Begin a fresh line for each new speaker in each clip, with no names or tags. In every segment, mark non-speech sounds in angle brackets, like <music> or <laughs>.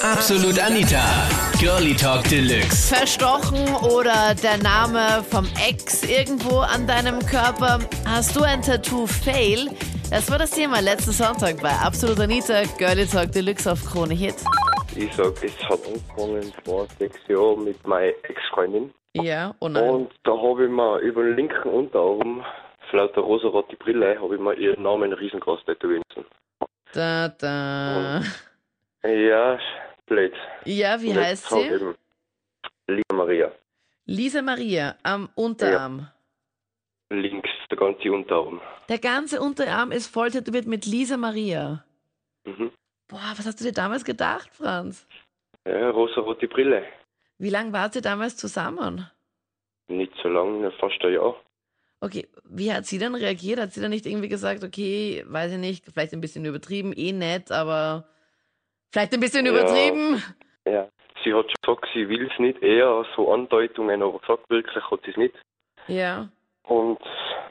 Absolut Anita. Girlie Talk Deluxe.
Verstochen oder der Name vom Ex irgendwo an deinem Körper. Hast du ein Tattoo-Fail? Das war das Thema letzten Sonntag bei Absolut Anita, Girlie Talk Deluxe auf Krone Hit.
Ich sag, es hat angefangen vor sechs Jahren mit meiner Ex-Freundin.
Ja, oh nein.
Und da habe ich mir über den linken Unterarm, laut der rosarote Brille, habe ich mir ihren Namen riesengroß tätowieren lassen.
Da, da.
Ja, blöd.
Ja, wie
Und jetzt
heißt
hab
sie?
eben- Liebe Maria,
Lisa Maria am Unterarm.
links, der ganze Unterarm.
Der ganze Unterarm ist voll tätowiert mit Lisa Maria.
Mhm.
Boah, was hast du dir damals gedacht, Franz?
Ja, rosarote Brille.
Wie lange wart ihr damals zusammen?
Nicht so lang, ne, fast ein Jahr.
Okay, wie hat sie dann reagiert? Hat sie dann nicht irgendwie gesagt, okay, weiß ich nicht, vielleicht ein bisschen übertrieben, eh nett, aber vielleicht ein bisschen
Ja.
übertrieben?
Ja. Sie hat schon gesagt, sie will es nicht, eher so Andeutungen, aber gesagt, wirklich hat sie es nicht.
Ja.
Und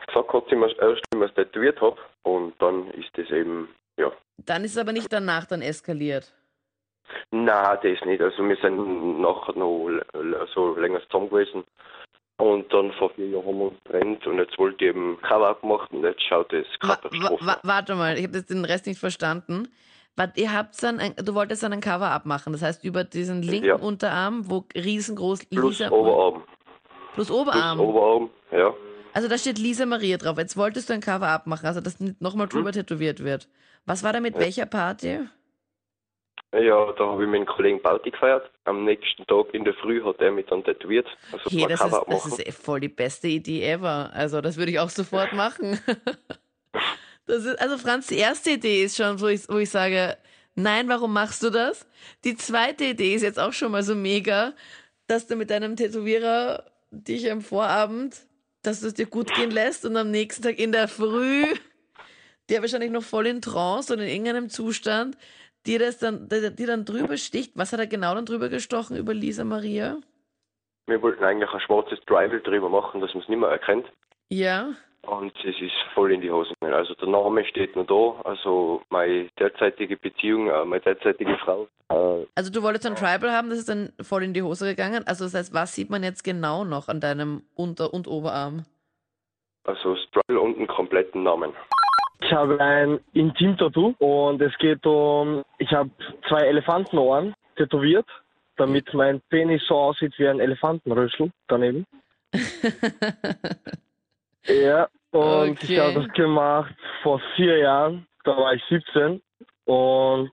gesagt hat sie mir erst, wie ich es tätowiert habe. Und dann ist das eben, ja.
Dann ist es aber nicht danach dann eskaliert.
Na, das nicht. Also wir sind nachher noch l- l- so länger zusammen gewesen. Und dann vor vier Jahren haben wir uns getrennt und jetzt wollte ich eben Cover gemacht und jetzt schaut es
Wa wa
Katastrophe.
wa warte mal, ich habe jetzt den Rest nicht verstanden. Was, ihr habt dann, ein, du wolltest dann ein Cover-Up machen, das heißt über diesen linken
Ja.
Unterarm, wo riesengroß
Plus
Lisa ähm,
Oberarm.
plus
Plus
Oberarm.
Oberarm, ja.
Also da steht Lisa Maria drauf. Jetzt wolltest du ein Cover-Up machen, also dass nicht nochmal drüber
Hm?
tätowiert wird. Was war da mit welcher Party?
Ja, da habe ich meinen Kollegen Bauti gefeiert. Am nächsten Tag in der Früh hat er mich dann tätowiert. Also
Hey, das ist,
Cover
das
machen.
ist eh voll die beste Idee ever. Also, das würde ich auch sofort machen. <laughs> Das ist, also, Franz, die erste Idee ist schon, wo ich, wo ich sage, nein, warum machst du das? Die zweite Idee ist jetzt auch schon mal so mega, dass du mit deinem Tätowierer dich am Vorabend, dass du es dir gut gehen lässt und am nächsten Tag in der Früh, der wahrscheinlich noch voll in Trance und in irgendeinem Zustand, dir das dann, dir dir dann drüber sticht. Was hat er genau dann drüber gestochen über Lisa Maria?
Wir wollten eigentlich ein schwarzes Tribal drüber machen, dass man es nicht mehr erkennt.
Ja.
Und es ist voll in die Hose gegangen. Also der Name steht noch da. Also meine derzeitige Beziehung, äh, meine derzeitige Frau. Äh,
Also du wolltest ein Tribal haben, das ist dann voll in die Hose gegangen. Also das heißt, was sieht man jetzt genau noch an deinem Unter- und Oberarm?
also Struggle und einen kompletten Namen.
Ich habe ein Intim-Tattoo und es geht um, ich habe zwei Elefantenohren tätowiert, damit mein Penis so aussieht wie ein Elefantenrüssel
<laughs>
daneben. Ja, und
Okay.
ich habe das gemacht vor vier Jahren, da war ich 17 und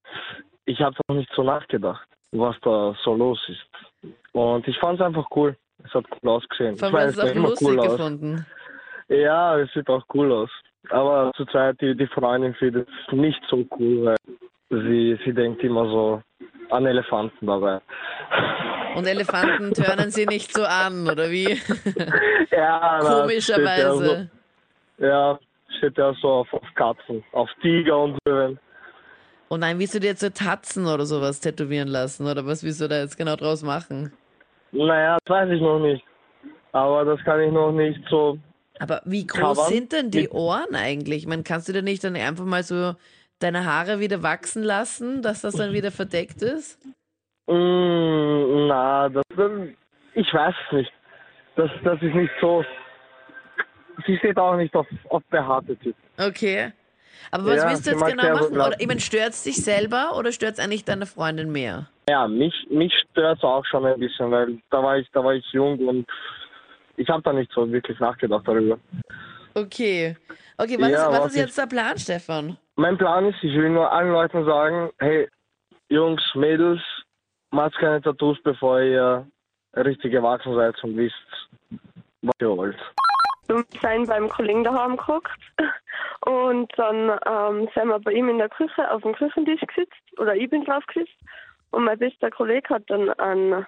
ich habe noch nicht so nachgedacht, was da so los ist. Und ich fand es einfach cool. Es hat cool ausgesehen.
Vor allem
Ich meine,
hast du
sah
es auch
immer
lustig
cool aus.
gefunden.
Ja, es sieht auch cool aus. Aber zurzeit die, die Freundin findet es nicht so cool, weil sie, sie denkt immer so an Elefanten dabei.
Und Elefanten turnen sie nicht so an, oder wie?
<laughs> Ja, na, Ah, steht ja, so,
Komischerweise.
ja, steht ja so auf, auf Katzen, auf Tiger und Löwen.
Oh nein, willst du dir jetzt so Tatzen oder sowas tätowieren lassen? Oder was willst du da jetzt genau draus machen?
Naja, das weiß ich noch nicht. Aber das kann ich noch nicht so.
Aber wie groß
Covern
sind denn die
mit-
Ohren eigentlich? Man kannst du dir nicht dann einfach mal so deine Haare wieder wachsen lassen, dass das
<laughs>
dann wieder verdeckt ist?
Mm, na, das, ich weiß es nicht. Das, das ist nicht so. Sie steht auch nicht auf, auf behaarte Typen.
Okay. Aber was
Ja,
willst du
sie
jetzt
mag
genau
sehr
machen?
gut
Oder, ich meine, stört's dich selber oder stört's eigentlich deine Freundin mehr?
Ja, mich, mich stört's auch schon ein bisschen, weil da war ich, da war ich jung und ich habe da nicht so wirklich nachgedacht darüber.
Okay. Okay, was,
Ja,
ist, was
was
ist
ich-
jetzt der Plan, Stefan?
Mein Plan ist, ich will nur allen Leuten sagen, hey, Jungs, Mädels, macht keine Tattoos, bevor ihr richtig erwachsen seid und wisst, was ihr wollt.
Wir sind beim Kollegen daheim geguckt und dann ähm, sind wir bei ihm in der Küche auf dem Küchentisch gesetzt oder ich bin drauf gesetzt und mein bester Kollege hat dann an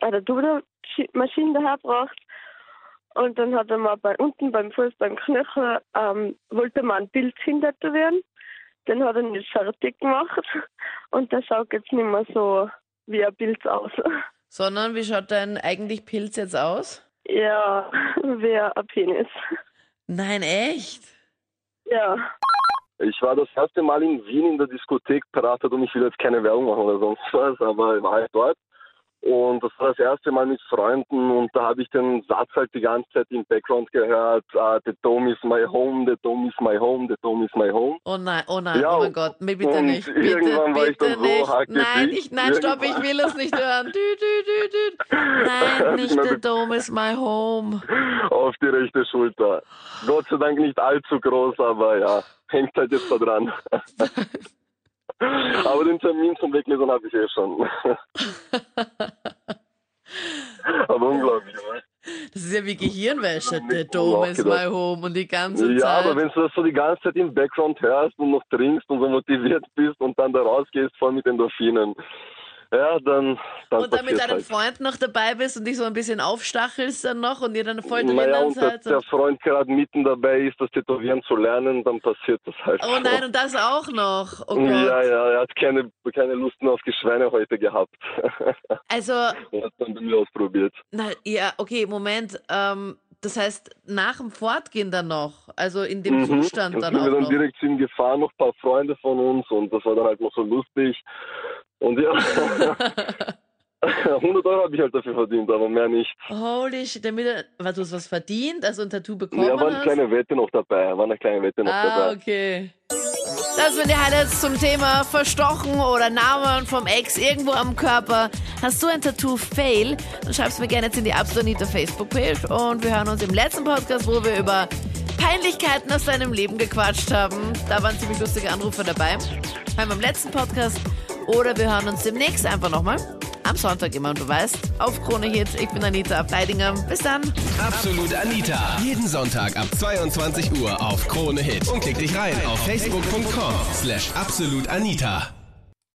eine Dudelmaschine dahergebracht und dann hat er mal bei unten beim Fuß beim Knöchel ähm, wollte man ein Bild hintätowieren. Dann hat er nicht fertig gemacht und der schaut jetzt nicht mehr so wie ein Bild aus. <laughs>
Sondern wie schaut dein eigentlich Pilz jetzt aus?
Ja, wie ein Penis.
Nein, echt?
Ja.
Ich war das erste Mal in Wien in der Diskothek Pirated und ich will jetzt keine Werbung machen oder sonst was, aber ich war halt dort. Und das war das erste Mal mit Freunden und da habe ich den Satz halt die ganze Zeit im Background gehört, ah, the dome is my home, the dome is my home, the dome is my home.
Oh nein, oh nein,
Ja,
oh mein Gott, nee, bitte
und
nicht. Bitte,
irgendwann war ich
bitte
dann so
nicht.
hackig.
nein, ich, nein, stopp, ich
Irgendwann-
will es nicht hören. Dü, dü, dü, dü.
<laughs>
Nein, nicht the dome is my home.
Auf die rechte Schulter. Gott sei Dank nicht allzu groß, aber ja, hängt halt jetzt da dran. aber den Termin zum Weglesen habe ich eh schon. aber unglaublich, oder?
Das ist ja wie Gehirnwäsche.
Ja,
The
nicht
dome is my
nachgedacht.
home und die ganze
Ja,
Zeit.
aber wenn du das so die ganze Zeit im Background hörst und noch trinkst und so motiviert bist und dann da rausgehst, voll mit Endorphinen, ja, dann, dann
und dann mit
passiert's
deinem
halt.
Freund noch dabei bist und dich so ein bisschen aufstachelst dann noch und ihr dann voll drinnen
Naja, und der,
seid.
der Freund gerade mitten dabei ist, das Tätowieren zu lernen, dann passiert das halt.
Oh nein, und das auch noch. Oh Gott.
ja, ja, er hat keine, keine Lust mehr auf die Schweine heute gehabt. <laughs>
Also,
und hat dann bei mir ausprobiert.
na ja, okay, Moment. Ähm, das heißt, nach dem Fortgehen dann noch. Also in dem
Mhm.
Zustand dann
sind wir
auch
dann
noch.
direkt zu ihm gefahren, noch ein paar Freunde von uns und das war dann halt noch so lustig. Und
<laughs>
ja, 100 Euro habe ich halt dafür verdient, aber mehr nicht.
Holy shit, damit er, was, du hast was verdient, also ein Tattoo bekommen
Ja, war eine
hast?
kleine Wette noch dabei, war eine kleine Wette noch
ah,
dabei.
okay. Das sind die Highlights zum Thema Verstochen oder Namen vom Ex irgendwo am Körper. Hast du ein Tattoo-Fail? Dann schreib's mir gerne jetzt in die Absolute Anita Facebook-Page und wir hören uns im letzten Podcast, wo wir über Peinlichkeiten aus deinem Leben gequatscht haben. Da waren ziemlich lustige Anrufe dabei. Hören wir im letzten Podcast oder wir hören uns demnächst einfach nochmal. Am Sonntag immer und du weißt, auf Krone Hit. Ich bin Anita Ableidinger. Bis dann.
Absolut Anita. Jeden Sonntag ab 22 Uhr auf Krone Hit. Und klick dich rein auf facebook.com slash absolutanita.